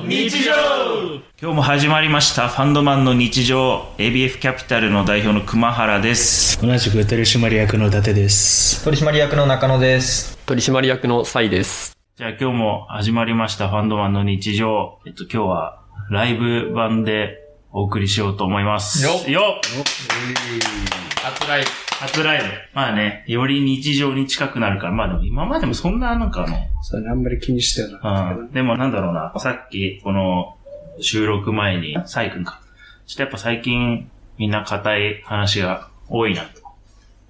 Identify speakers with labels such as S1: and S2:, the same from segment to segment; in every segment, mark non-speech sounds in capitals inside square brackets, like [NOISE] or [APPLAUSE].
S1: の日常
S2: 今日も始まりましたファンドマンの日常 ABF キャピタルの代表の熊原です
S3: 同じく取締役の伊達です。
S4: 取締役の中野です。
S5: 取締役のサイです。
S2: じゃあ今日も始まりましたファンドマンの日常えっと今日はライブ版でお送りしようと思います
S1: よっ
S2: よっ
S1: 初ライブ。
S2: 初ライブまあねより日常に近くなるからまあでも今までもそんななんかあの
S3: それあんまり気にしてなかった
S2: うん。でもなんだろうな、さっき、この、収録前に、サイ君か。ちょっとやっぱ最近、みんな硬い話が多いなと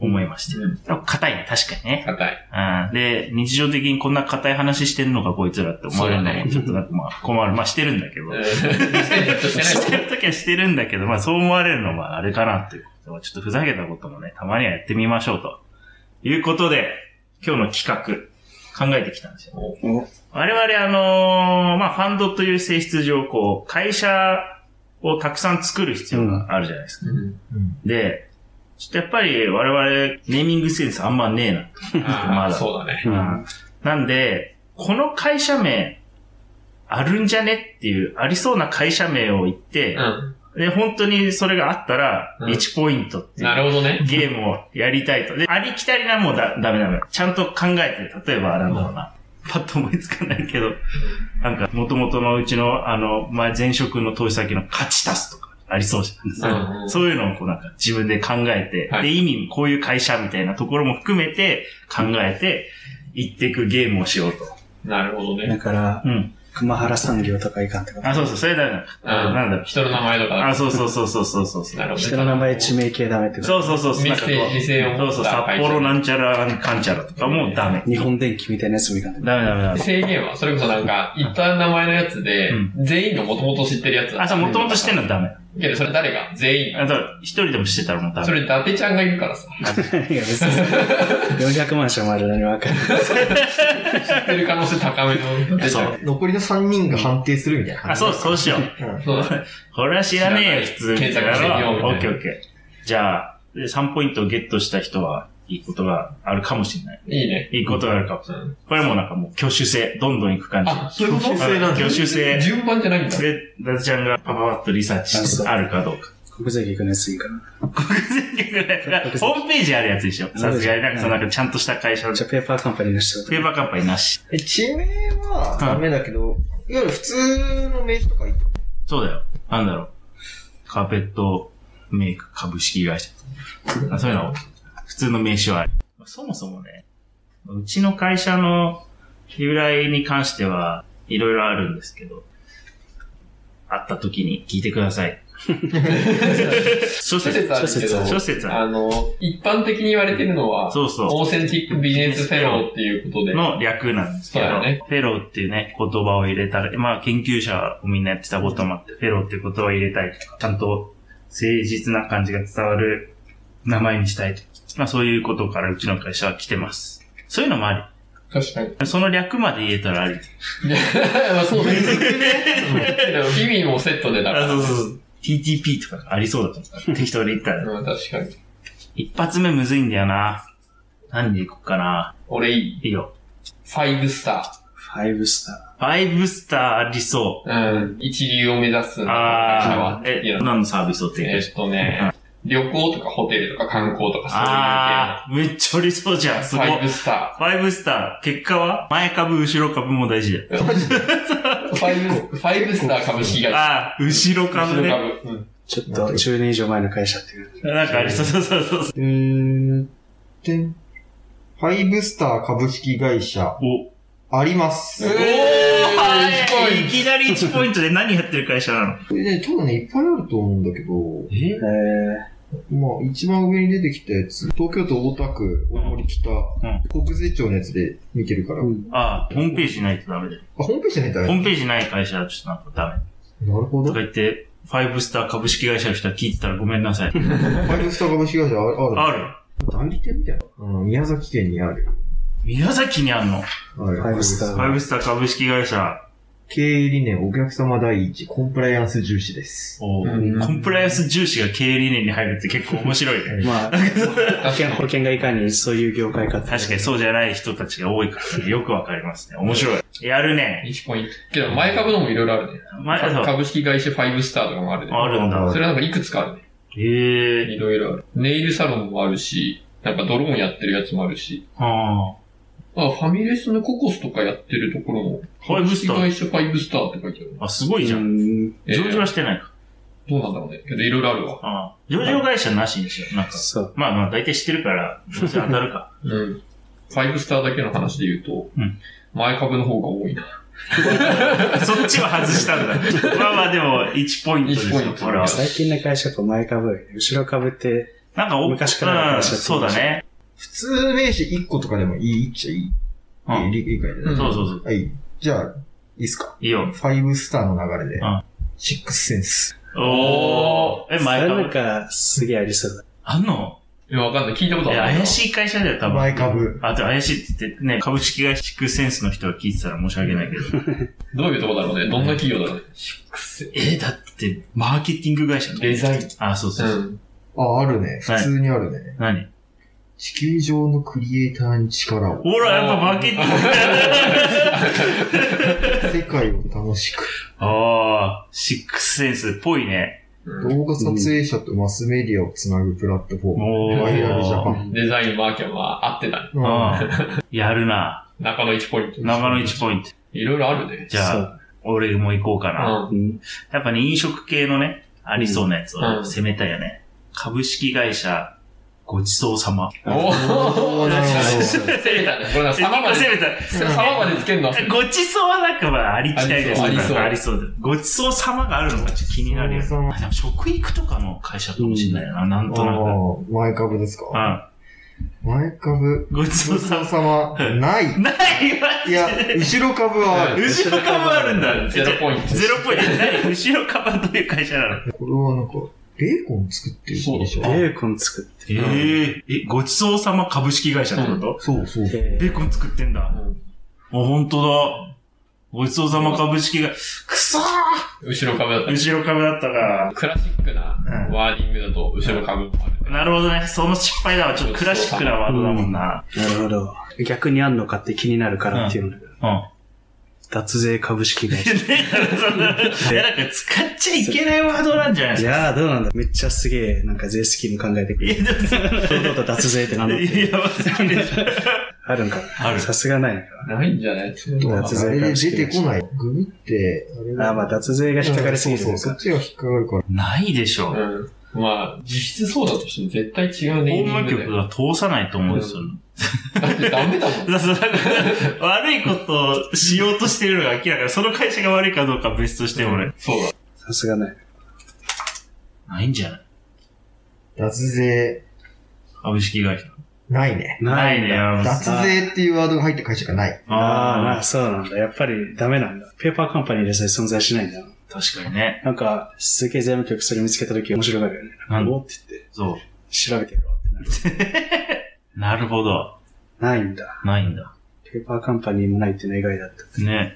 S2: 思いまして。硬いね、確かにね。
S1: 硬い。
S2: うん。で、日常的にこんな硬い話してんのか、こいつらって思われるのも、ちょっとなんかまあ困る。まあしてるんだけど。し
S1: してて
S2: るときはしてるんだけど、まあそう思われるのはあれかなっていうことでちょっとふざけたこともね、たまにはやってみましょうと。いうことで、今日の企画、考えてきたんですよ。我々あのーまあファンドという性質上、こう、会社をたくさん作る必要があるじゃないですか。で、ちょっとやっぱり我々、ネーミングセンスあんまねえな。
S1: まだ。そうだね。
S2: うんなんで、この会社名、あるんじゃねっていう、ありそうな会社名を言って、
S1: うん。
S2: で、本当にそれがあったら、
S1: うん
S2: 1ポイントってい
S1: な
S2: う
S1: るほどね。
S2: ゲームをやりたいと。で、ありきたりなもうだ、ダメダメ。ちゃんと考えて、例えばなんだろうな。パッと思いつかないけど、なんか、元々のうちの、あの、前前職の投資先の価値足すとか、ありそうじゃないですか。
S1: うん
S2: そういうのをこうなんか自分で考えて、
S1: はい
S2: で、意味、こういう会社みたいなところも含めて考えて、行っていくゲームをしようと。
S1: なるほどね。
S3: だから、
S2: うん。
S3: 熊原産業とかいかんってこと
S2: あ、。そうそう、それだな。
S1: うん
S2: なんだろう。
S1: 人の名前とか。
S2: あ、そうそうそうそうそうそうそう。
S1: なるほどね。
S3: 人の名前、地名系ダメってこと。
S2: そうそうそうそう。
S1: メ
S2: なん
S1: ッ
S2: か
S1: セ
S2: こ
S1: ージ
S2: う
S1: 性を
S2: そうそう、札幌なんちゃらかんちゃらとかもうダメ。
S3: 日本電機みたいなやつもいかんってこ
S2: ダメダメダメ。
S1: 制限は、それこそなんか、言った名前のやつで、全員の元々知ってるやつ
S2: あ、そう、もともとしてんのはダメ。
S1: けど、それ誰が全員
S2: あ
S1: が。
S2: と、一人でもしてたらもうダ
S1: そ
S2: メ。
S1: れ、伊達ちゃんがいるからさ。
S3: と。いや、別に [LAUGHS] さ。400万社もあるのにわかる。
S1: 知ってる可能性高めの伊達ちゃん。
S4: 残りの3人が判定するみたいな
S2: あ、そう、そうしよう。
S1: そうだね。
S2: これは知らねえよ、普通
S1: 知らない検索してみようみたいな
S2: オッケーオッケー。じゃあ、で3ポイントゲットした人は、いいことがあるかもしれない。
S1: いいね。
S2: いいことがあるかもしれ
S1: う
S2: ない。これはもうなんかもう挙手制、どんどんいく感じ。
S1: あ、そういうこと
S4: 挙手制なんだ
S2: 挙手制。
S1: 順番じゃないんだ。
S2: で、ダズちゃんがパパパッとリサーチ
S3: あ
S2: し
S3: そう
S2: てあるかどうか。
S3: 国税局のやついいかな。
S2: ホームページあるやつでしょ。さすがになんかそのなんかちゃんとした会社の
S3: じゃあ、ペーパーカンパニーの人と
S2: ペ
S3: か。
S2: ーパーカンパニーなし。
S4: え、地名はダメだけど、いわゆる普通の名詞とか言って
S2: そうだよ。なんだろう。カーペットメイク株式会社。あそういうの、普通の名刺はある。そもそもね、うちの会社の由来に関しては、いろいろあるんですけど、会った時に聞いてください。諸
S1: 諸
S2: 説
S1: 説あるけ
S2: 諸
S1: ど、
S2: 説ある。
S1: あの、一般的に言われてるのは、
S2: そうそう。
S1: オーセンティックビジネスフェローっていうことで、
S2: の略なんですけ
S1: そう
S2: ど、
S1: だね
S2: フェローっていうね、言葉を入れたり、まあ研究者をみんなやってたこともあって、フェローっていう言葉を入れたいとか、ちゃんと誠実な感じが伝わる名前にしたいとか、まあそういうことからうちの会社は来てます。そういうのもあ
S1: 確かに。
S2: り。その略まで言えたらあり。
S1: まあそう [LAUGHS] ですね。でも意味もセットでだから。
S2: そうそうそう。TTP とかありそうだと思う。適当に言ったら。
S1: うん、確かに。
S2: 一発目むずいんだよな。何でいこうかな。
S1: 俺いい。
S2: いいよ。
S1: ファイブスタ
S3: ファイブスタ
S2: ファイブスターありそ
S1: ー。うん、一流を目指す
S2: う。
S1: 会社
S2: あ
S1: は
S2: あ。、
S1: い
S2: え、
S1: や
S2: 何のサービスを提
S1: え
S2: 供
S1: っとね、旅行とかホテルとか観光とか
S2: ああ、めっちゃありそうじゃん。す
S1: そ
S2: ご
S1: ういう系
S2: い。フ
S1: の。ファイブスタ
S2: ァイブスター。結果は前株、後ろ株も大事だよ。
S1: ー。ファ [LAUGHS] イブ、ファイブスター株式会社。
S2: ああ、後ろ株
S1: 後
S2: ね。
S1: ろ株。うん。
S3: ー。ちょっと、10年以上前の会社っていう。
S2: なんかありそうそうそうそう。
S4: る。うーん、てん。ファイブスター株式会社、
S2: お、お
S4: あります。
S1: えー
S2: ー
S1: 一ポイ
S2: い
S1: ント
S2: きなり1ポイントで何やってる会社なの
S4: これね、多分ね、いっぱいあると思うんだけど、
S2: え
S3: えー、
S4: まあ、一番上に出てきたやつ、東京都大田区、大森北、国税庁のやつで見てるから、
S3: うん
S2: ああ、ホームページないとダメだよ。
S4: あ、ホームページじゃないんだ
S2: ホー
S4: ね。
S2: ムページない会社はちょっとなんかダメ。
S4: なるほ
S2: と
S4: ど。
S2: か
S4: フ
S2: 言って、ファイブスター株式会社の人は聞いてたらごめんなさい。
S4: ァイブスター株式会社ある
S2: ある
S4: 代理店みたいな。うん、宮崎県にある。
S2: 宮崎にあんの
S4: ファ
S3: ファイブスター
S2: ファイブスター株式会社。
S4: 経営理念、お客様第一、コンプライアンス重視です。
S2: おー
S1: うん
S2: コンプライアンス重視が経営理念に入るって結構面白いね。
S3: [LAUGHS] まあ、保険、保険がいかにそういう業界かって
S2: 確かにそうじゃない人たちが多いから、ね、よくわかりますね。面白い。やるね。
S1: 1ポイント。けど、前株のもいろいろあるね。
S2: まあ、そう
S1: 株式会社ファイブスターとかもあるね。
S2: あるんだ。
S1: それはなんかいくつかあるね。
S2: へえ。
S1: いろいろある。ネイルサロンもあるし、なんかドローンやってるやつもあるし。
S2: あ
S1: あ、ファミレスのココスとかやってるところも。
S2: ファイブスター
S1: 株式会社ファイブスターって書いてあるね。
S2: あ。あ、すごいじゃ。
S3: うんん。
S1: えー
S2: 上場はしてないか。
S1: どうなんだろうね。けど、いろいろあるわ。
S2: ああ上場会社なしにしよう。なんか。
S3: そう。
S2: まあまあ、大体知ってるから、どうせ当たる
S1: [LAUGHS]
S2: か。
S1: うん。ファイブスターだけの話で言うと、
S2: うん
S1: 前株の方が多いな。
S2: そっちは外したんだ。 [LAUGHS] まあまあでも、1ポイントです
S1: 1ポイ
S2: よ
S1: ン、ト
S2: これは。
S3: 最近の会社と前株より、後ろ株って、
S2: なんかお、
S3: 昔からの
S2: うん
S3: 会社って
S2: そうだね。
S4: 普通名詞1個とかでもいいっちゃいい。
S2: う
S4: いい
S2: ん。
S4: 理理解で、
S1: うん
S2: そうそうそう。
S4: はい。じゃあ、いいっすか。
S2: いいよ。
S4: ファイブスターの流れで
S2: うん。
S4: シックスセンス。
S2: おー。え、前
S3: なん
S2: 株。
S3: か、すげえありそうだ。
S2: あんの
S1: いや、わかんない。聞いたこと
S2: いや、
S1: ない。
S2: 怪しい会社だよ、多分。
S4: 前株。
S2: あ、でも怪しいって言ってね、株式会社シックスセンスの人が聞いてたら申し訳ないけど。
S1: どういうとこだろうね。どんな企業だろうね。シックス。
S2: [LAUGHS] えー、だって、マーケティング会社の
S1: デザイン。
S2: あ、そうそうそう。
S1: ん。
S4: あ、あるね。
S2: はい
S4: 普通にあるね。
S2: 何
S4: 地球上のクリエイターに力を。
S2: ほら、やっぱマーケティングだな
S4: 世界を楽しく。
S2: あー、シックスセンスっぽいね。
S1: うん
S4: 動画撮影者とマスメディアをつなぐプラットフォーム。
S2: おー。
S4: ワイヤルジャパン
S1: デザインマーケンは合ってたね。
S4: うん
S2: うん。やるな。
S1: 中野1ポイント。
S2: 長野1ポイント。
S1: いろいろあるね。
S2: じゃ
S3: そ
S2: あ、俺も行こうかな。
S1: う
S3: う。うん。
S2: やっぱね、飲食系のね、ありそうなやつ
S1: う
S2: を
S1: ん
S2: 攻めたいよね。株式会社、ごちそうさま。
S1: ん。
S2: [LAUGHS]
S1: お
S4: おーなるほど
S1: 攻めたね。これな、
S2: 攻
S1: 様まで、
S2: めた。
S1: 様までつけんの。
S2: ごちそうはなんかまあありきたりです
S1: ありそう
S2: ありそうだよごちそうさまがあるのがちょっと気になるよね。
S4: ごちそうさま
S2: あでも食育とかの会社かもしれないな、なんとなく。
S4: あー前株ですか前株。
S2: うん。ごちそ
S4: ご
S2: う
S4: ちそ
S2: さ
S4: うさま、
S2: [LAUGHS]
S4: ない。
S2: ま。ないわ
S4: いや、後ろ株はある。
S2: 後ろ株あるんだ。
S1: ゼロポイント。
S2: ゼロポイント。何後ろ株はどういう会社なの
S4: これはなんか、ベーコン作ってるんでしょ
S3: ベーコン作って
S2: えええ、ごちそうさま株式会社ってこと、
S4: そうそう。
S3: て
S2: ベーコン作ってんだ。あ、ほんとだ。ごちそうさま株式が、くそー
S1: 後ろ株だった。
S2: 後ろ株だったか
S1: クラシックな
S2: うん
S1: ワーディングだと、後ろ株もある
S2: ら。
S1: ね。
S2: なるほどね。その失敗だわ。ちょっとクラシックなワードだもんな。
S3: なるほど。逆にあんのかって気になるからっていうのが、
S2: うん。
S3: 脱税株式会社。
S2: いや、なんか使っちゃいけないワードなんじゃない
S3: い
S2: で
S3: やー、どうなんだめっちゃすげえ、なんか税スキーム考えてくれる。
S2: すか。
S3: 堂々と脱税ってなんだっ
S2: いや、
S3: て。
S2: やばすぎでしょ。
S3: あるんか
S2: ある
S3: さすがないのか
S1: ないんじゃないちょっと
S3: 脱税
S4: あれで出てこない。グミって、あれ
S3: な。あーまあ、脱税が引っかかりすぎる
S4: そうそう、そっちが引っかかるから。
S2: ないでしょ。法
S1: うん。まあ、実質そうだとしても絶対違うネイミン
S2: 務
S1: グだ
S2: 局
S1: よ。
S2: が通さないと思うんですよ。
S1: だってダメだもん。
S2: だからなんか悪いことをしようとしてるのが明らかに、その会社が悪いかどうかは別として俺、
S1: そうだ。
S3: さすがない。
S2: ないんじゃない
S4: 脱税、
S2: 株式会社。
S4: ないね。
S2: ないね。
S3: あ
S4: 脱税っていうワードが入った会社がない。
S3: あー、
S2: あ
S3: な、そうなんだ。やっぱりダメなんだ。ペーパーカンパニーでさえ存在しないんだ。
S2: あ、確かにね。
S3: なんか、すげえ税務局それ見つけた時面白がるよね。
S2: なん
S3: おーって言って、
S2: そ
S3: 調べてやろうってなる。
S2: う。なるほど。
S3: ないんだ。
S2: ないんだ。
S3: ペーパーカンパニーもないっていうの意外だった。
S2: ね。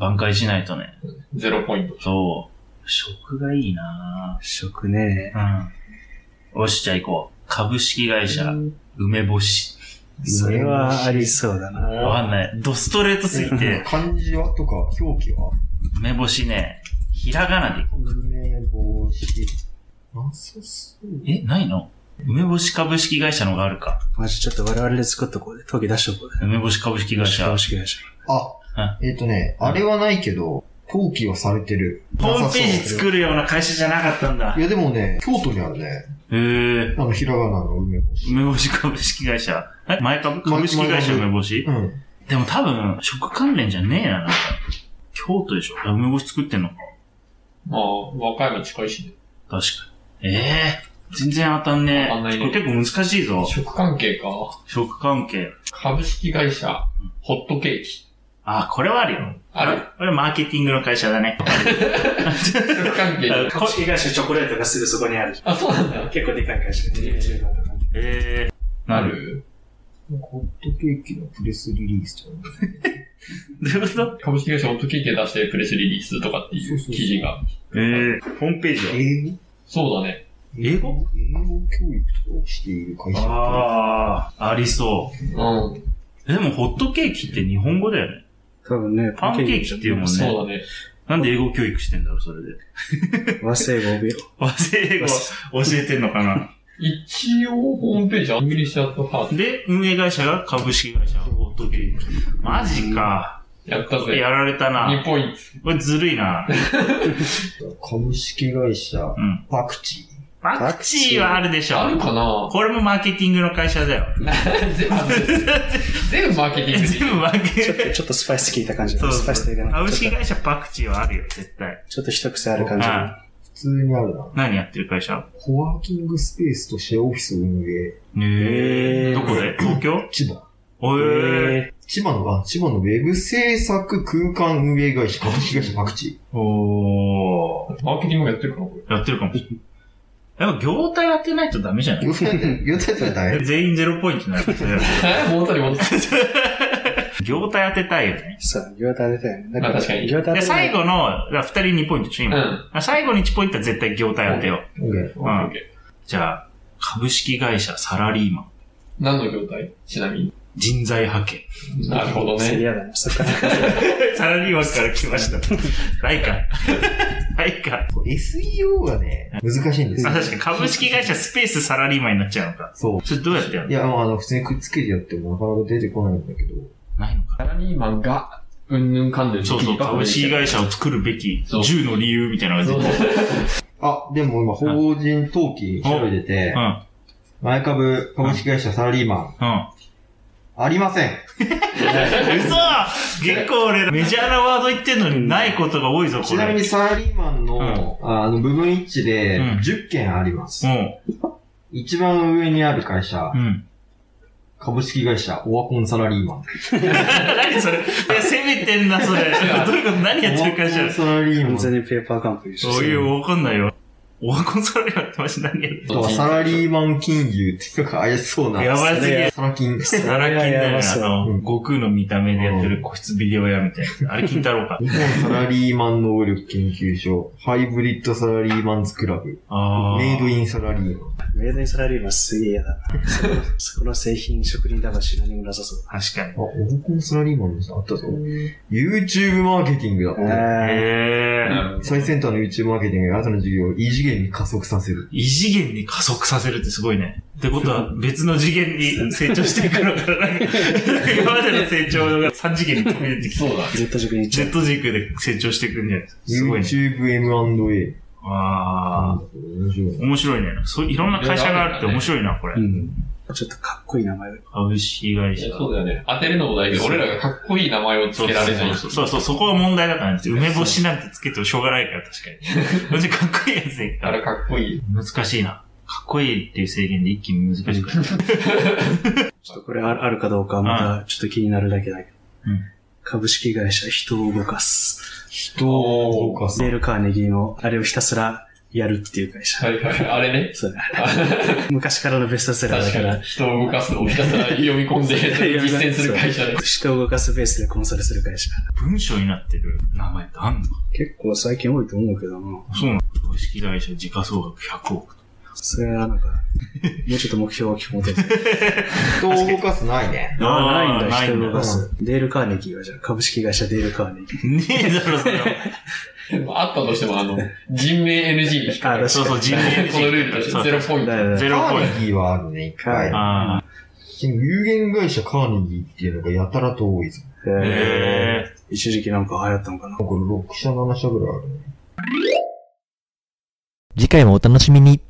S2: 挽回しないとね。
S1: ゼロポイント。
S2: そう。食がいいな
S3: 食ね。
S2: ぁうん。よし、じゃあ行こう。株式会社、梅干し。
S3: それはありそうだな。
S2: わかんない。ドストレートすぎて、
S4: 漢字はとか、表記は
S2: 梅干しね、ひらがなで行こ
S4: 梅干し。なさそう。
S2: う。え、ないの梅干し株式会社のがあるか。
S3: まじちょっと我々で作っとこうで、陶器出しとこうで。
S2: 梅干し株式会社。
S3: 株式会社。
S4: あ、えっとね、あれはないけど、登記はされてる。
S2: ホームページ
S4: る。
S2: 作るような会社じゃなかったんだ
S4: い。やでもね、京都にあるね。
S2: へえ。
S4: あの、ひらがなの梅干し。
S2: 梅干し株式会社。え前株株式会社
S4: 前株
S2: 梅干し
S4: うん。
S2: でも多分、食関連じゃねえな、なんか。京都でしょあ梅干し作ってんのか。
S1: まあ、和歌山近いしね。
S2: 確かに。ええ全然当たんねえ。
S1: 当たんないね
S2: これ結構難しいぞ。
S1: 食関係か。
S2: 食関係。
S1: 株式会社、ホットケーキ。
S2: あ、これはあるよ。
S1: ある
S2: これマーケティングの会社だね。
S1: 食関係。
S2: あこ
S3: 式会社チョコレートがすぐそこにある。
S1: あ、そうなんだ。
S3: 結構でかい会社で、YouTuber とか。
S2: ええな
S1: な
S2: る。
S1: る
S4: なんかホットケーキのプレスリリースとかね。
S2: どういうこと
S1: 株式会社ホットケーキで出してプレスリリースとかっていう記事が。
S2: ええー、ホームページは
S4: 英語
S1: そうだね。
S2: 英語
S4: 英語教育とかをしている会社。
S2: ああ、ありそうう。でも、ホットケーキって日本語だよね。
S3: 多分ね、
S2: パンケーキっていうもん
S1: ん。
S2: ね。
S1: そうだね。
S2: なんで英語教育してんだろう、それ [LAUGHS] で。
S3: 和製語秒。
S2: 和製英語教えてんのかな。
S1: 一応、ホームページ、アングリッシュアットハート
S2: で、運営会社が株式会社ホットケーキ。マジか。
S1: やったぜ。
S2: やられた
S1: 2
S2: な。
S1: ポイント。
S2: これずるいな。
S4: 株式会社、
S2: ん
S4: パクチ
S2: パクチーはあるでしょ。
S1: あるかな
S2: これもマーケティングの会社だよ。
S1: 全部、全部マーケティングで。
S2: 全部マー
S3: ちょっ
S2: ケ
S3: と、ちょっとスパイス効いた感じ
S2: そう
S3: の。
S2: そう
S3: スパイスというかなん
S2: 株
S3: かちょ
S2: 式
S3: っと、
S2: 会社パクチーはあるよ、絶対。
S3: ちょっと一癖ある感じの。
S2: あ
S4: ー。普通にあるな。
S2: 何やってる会社
S4: コワーキングスペースとシェアオフィスを運営。
S2: え
S3: へー
S2: どこで東京
S4: 千葉。
S2: おえ
S3: え
S4: 千葉の、あ千葉のウェブ制作空間運営会社、株式会社パクチ
S2: ー。お
S1: マーケティングもやってるかなこれ
S2: ー。やってるかも。やっぱ業態当てないとダメじゃ
S4: ー。
S2: ない
S4: 言ったやつ、言ったやつは大変。
S2: 全員ゼロポイントになる。 [LAUGHS]
S1: え戻ったり戻った
S2: 業態当てたいよね。
S3: ー。そう、行態出たよね。だ
S1: まあ確かに
S3: 行
S2: で
S3: 態出た
S2: 最
S3: よね。
S2: 後の、だから二人2ポイントでしょ、
S1: り。う
S2: 今。
S1: ん。
S2: あ最後の1ポイントは絶対業態当てよう。
S4: オッケー
S1: オッケーオッケ
S2: じゃあ、株式会社サラリーマン、
S1: ー何の業態ちなみに。
S2: 人材派遣。
S1: なるほど
S3: セ
S1: ね。
S3: リアだな。そっか。
S2: [LAUGHS] サラリーマンから来ま [LAUGHS] した。ライカ。ライカ。
S4: SEO がね、難しいんです
S2: あ、
S4: よ。
S2: 確かに株式会社スペースサラリーマンになっちゃうのか。
S4: そ
S2: それどうやってやる
S4: う。いや、まああの、普通にくっつけてやってもなかなか出てこないんだけど。
S2: のないのか。
S1: サラリーマンが、うんぬん関連
S2: [LAUGHS] そうそう、株式会社を作るべき
S1: そう
S2: 10の理由みたいなのが出てる。
S4: あ、でも今、法人登記調べてて
S2: う、ん。
S4: 前株株式会社サラリーマン、ありません。
S2: うん。嘘結構俺、メジャーなワード言ってんのにないことが多いぞ、こ
S4: ちなみ
S2: れ。
S4: にサラリーマンの、あの、部分一致で
S2: うん
S4: 10件あります。
S2: うん。
S4: 一番上にある会社、
S2: うん。
S4: 株式会社、オワコンサラリーマン。
S2: 何それいや、攻めてんな、それ。どういうこと何やってる会社
S4: オワコンサラリーマ
S3: 完
S4: ン。
S3: 全にペーパーカンプ一緒
S2: そういう、わかんないよ。オワコンサラリーマンってマジ何やる
S4: あとはサラリーマン金融ってなんか怪しそうな。
S2: やばすぎる。
S4: サラ金。
S2: サラ金だ
S3: いやい
S2: よ
S3: や
S2: ね、あ
S3: そう
S2: の、
S4: うん
S2: 悟空の見た目でやってる個室ビデオ屋みたいな。あれ金太郎か。
S4: 日本サラリーマン能力研究所、ハイブリッドサラリーマンズクラブ、
S2: あ
S4: メイド
S2: ン。
S4: インサラリーマン。
S3: メイドインサラリーマンすげえ嫌 [LAUGHS] だな。そこの製品職人魂何もなさそう
S2: 確かに。
S4: あ、オワコンサラリーマンの人あったぞ。YouTube マーケティングだっ
S3: だ。え
S4: て。
S2: へえ。
S1: な
S4: 最先端の YouTube マーケティングが後の授業を異次元に加速させる。
S2: 異次元に加速させるってすごいね。ってことは、別の次元に成長していくのかな。なんか今までの成長が3次元に飛び出てきて、
S1: そうだ。
S3: ー、Z 軸に行っちゃう。
S2: Z 軸で成長していくんじゃないですか。すごいね。
S4: YouTube M&A。
S2: わあ。
S4: 面白いな。
S2: 面白いね。そういろんな会社があるって面白いな、これ
S3: う。ん。ちょっとかっこいい名前だ。
S2: 株式会
S1: い
S2: 社
S1: や。そうだよね。当てるのも大事で、俺らがかっこいい名前をつ
S2: そう
S1: けられない。
S2: そうそうそう、そこは問題だからね。梅干しなんてつけてもしょうがないから、確
S3: [LAUGHS]
S2: かに。マジかっこいいやつでいいか
S1: あ
S2: ら。
S1: れかっこいい。
S2: 難しいな。かっこいいっていう制限で一気に難しくなる。
S3: ちょっとこれあるあるかどうかはまたちょっと気になるだけだけど。
S2: うん
S3: 株式会社人を動かす。
S4: 人を動かす
S3: デ。ール・カーネギーのあれをひたすらやるっていう会社。
S1: はいはい。あれね。
S3: そう [LAUGHS] だ昔からのベストセラーだ
S1: 確
S3: か
S1: からに。。人を動かすのをひたすら読み込んで、実践する会社で。
S3: 人を動かすベースでコンサルする会社。
S2: 文章になってる名前ってあんの
S3: 結構最近多いと思うけどな。
S2: そうなの株式会社時価総額100億と。
S3: それはなんか、もうちょっと目標を決めて。
S4: 人を動かすないね。
S2: な
S3: ああ、ないいんだ、人
S2: ん
S3: を
S2: だ
S3: 動かす。デール・カーネギーはじゃあ株式会社デール・カーネギー。
S2: ねえだろ、それは。
S3: [LAUGHS]
S1: あったとしても、あの、人命 NG に引っかかる。
S2: そうそう、人命
S1: このルールとしてゼロポイント。
S3: だ
S2: ゼ
S4: カ
S2: ロポイン
S4: ーネギーはあるね、一回
S2: ト。。ああ。
S4: 有限会社カーネギーっていうのがやたらと多いぞ。
S3: え
S2: へ
S3: ー、一時期なんか流行ったのかな
S4: なんか6社7社ぐらいあるね。
S6: 次回もお楽しみに。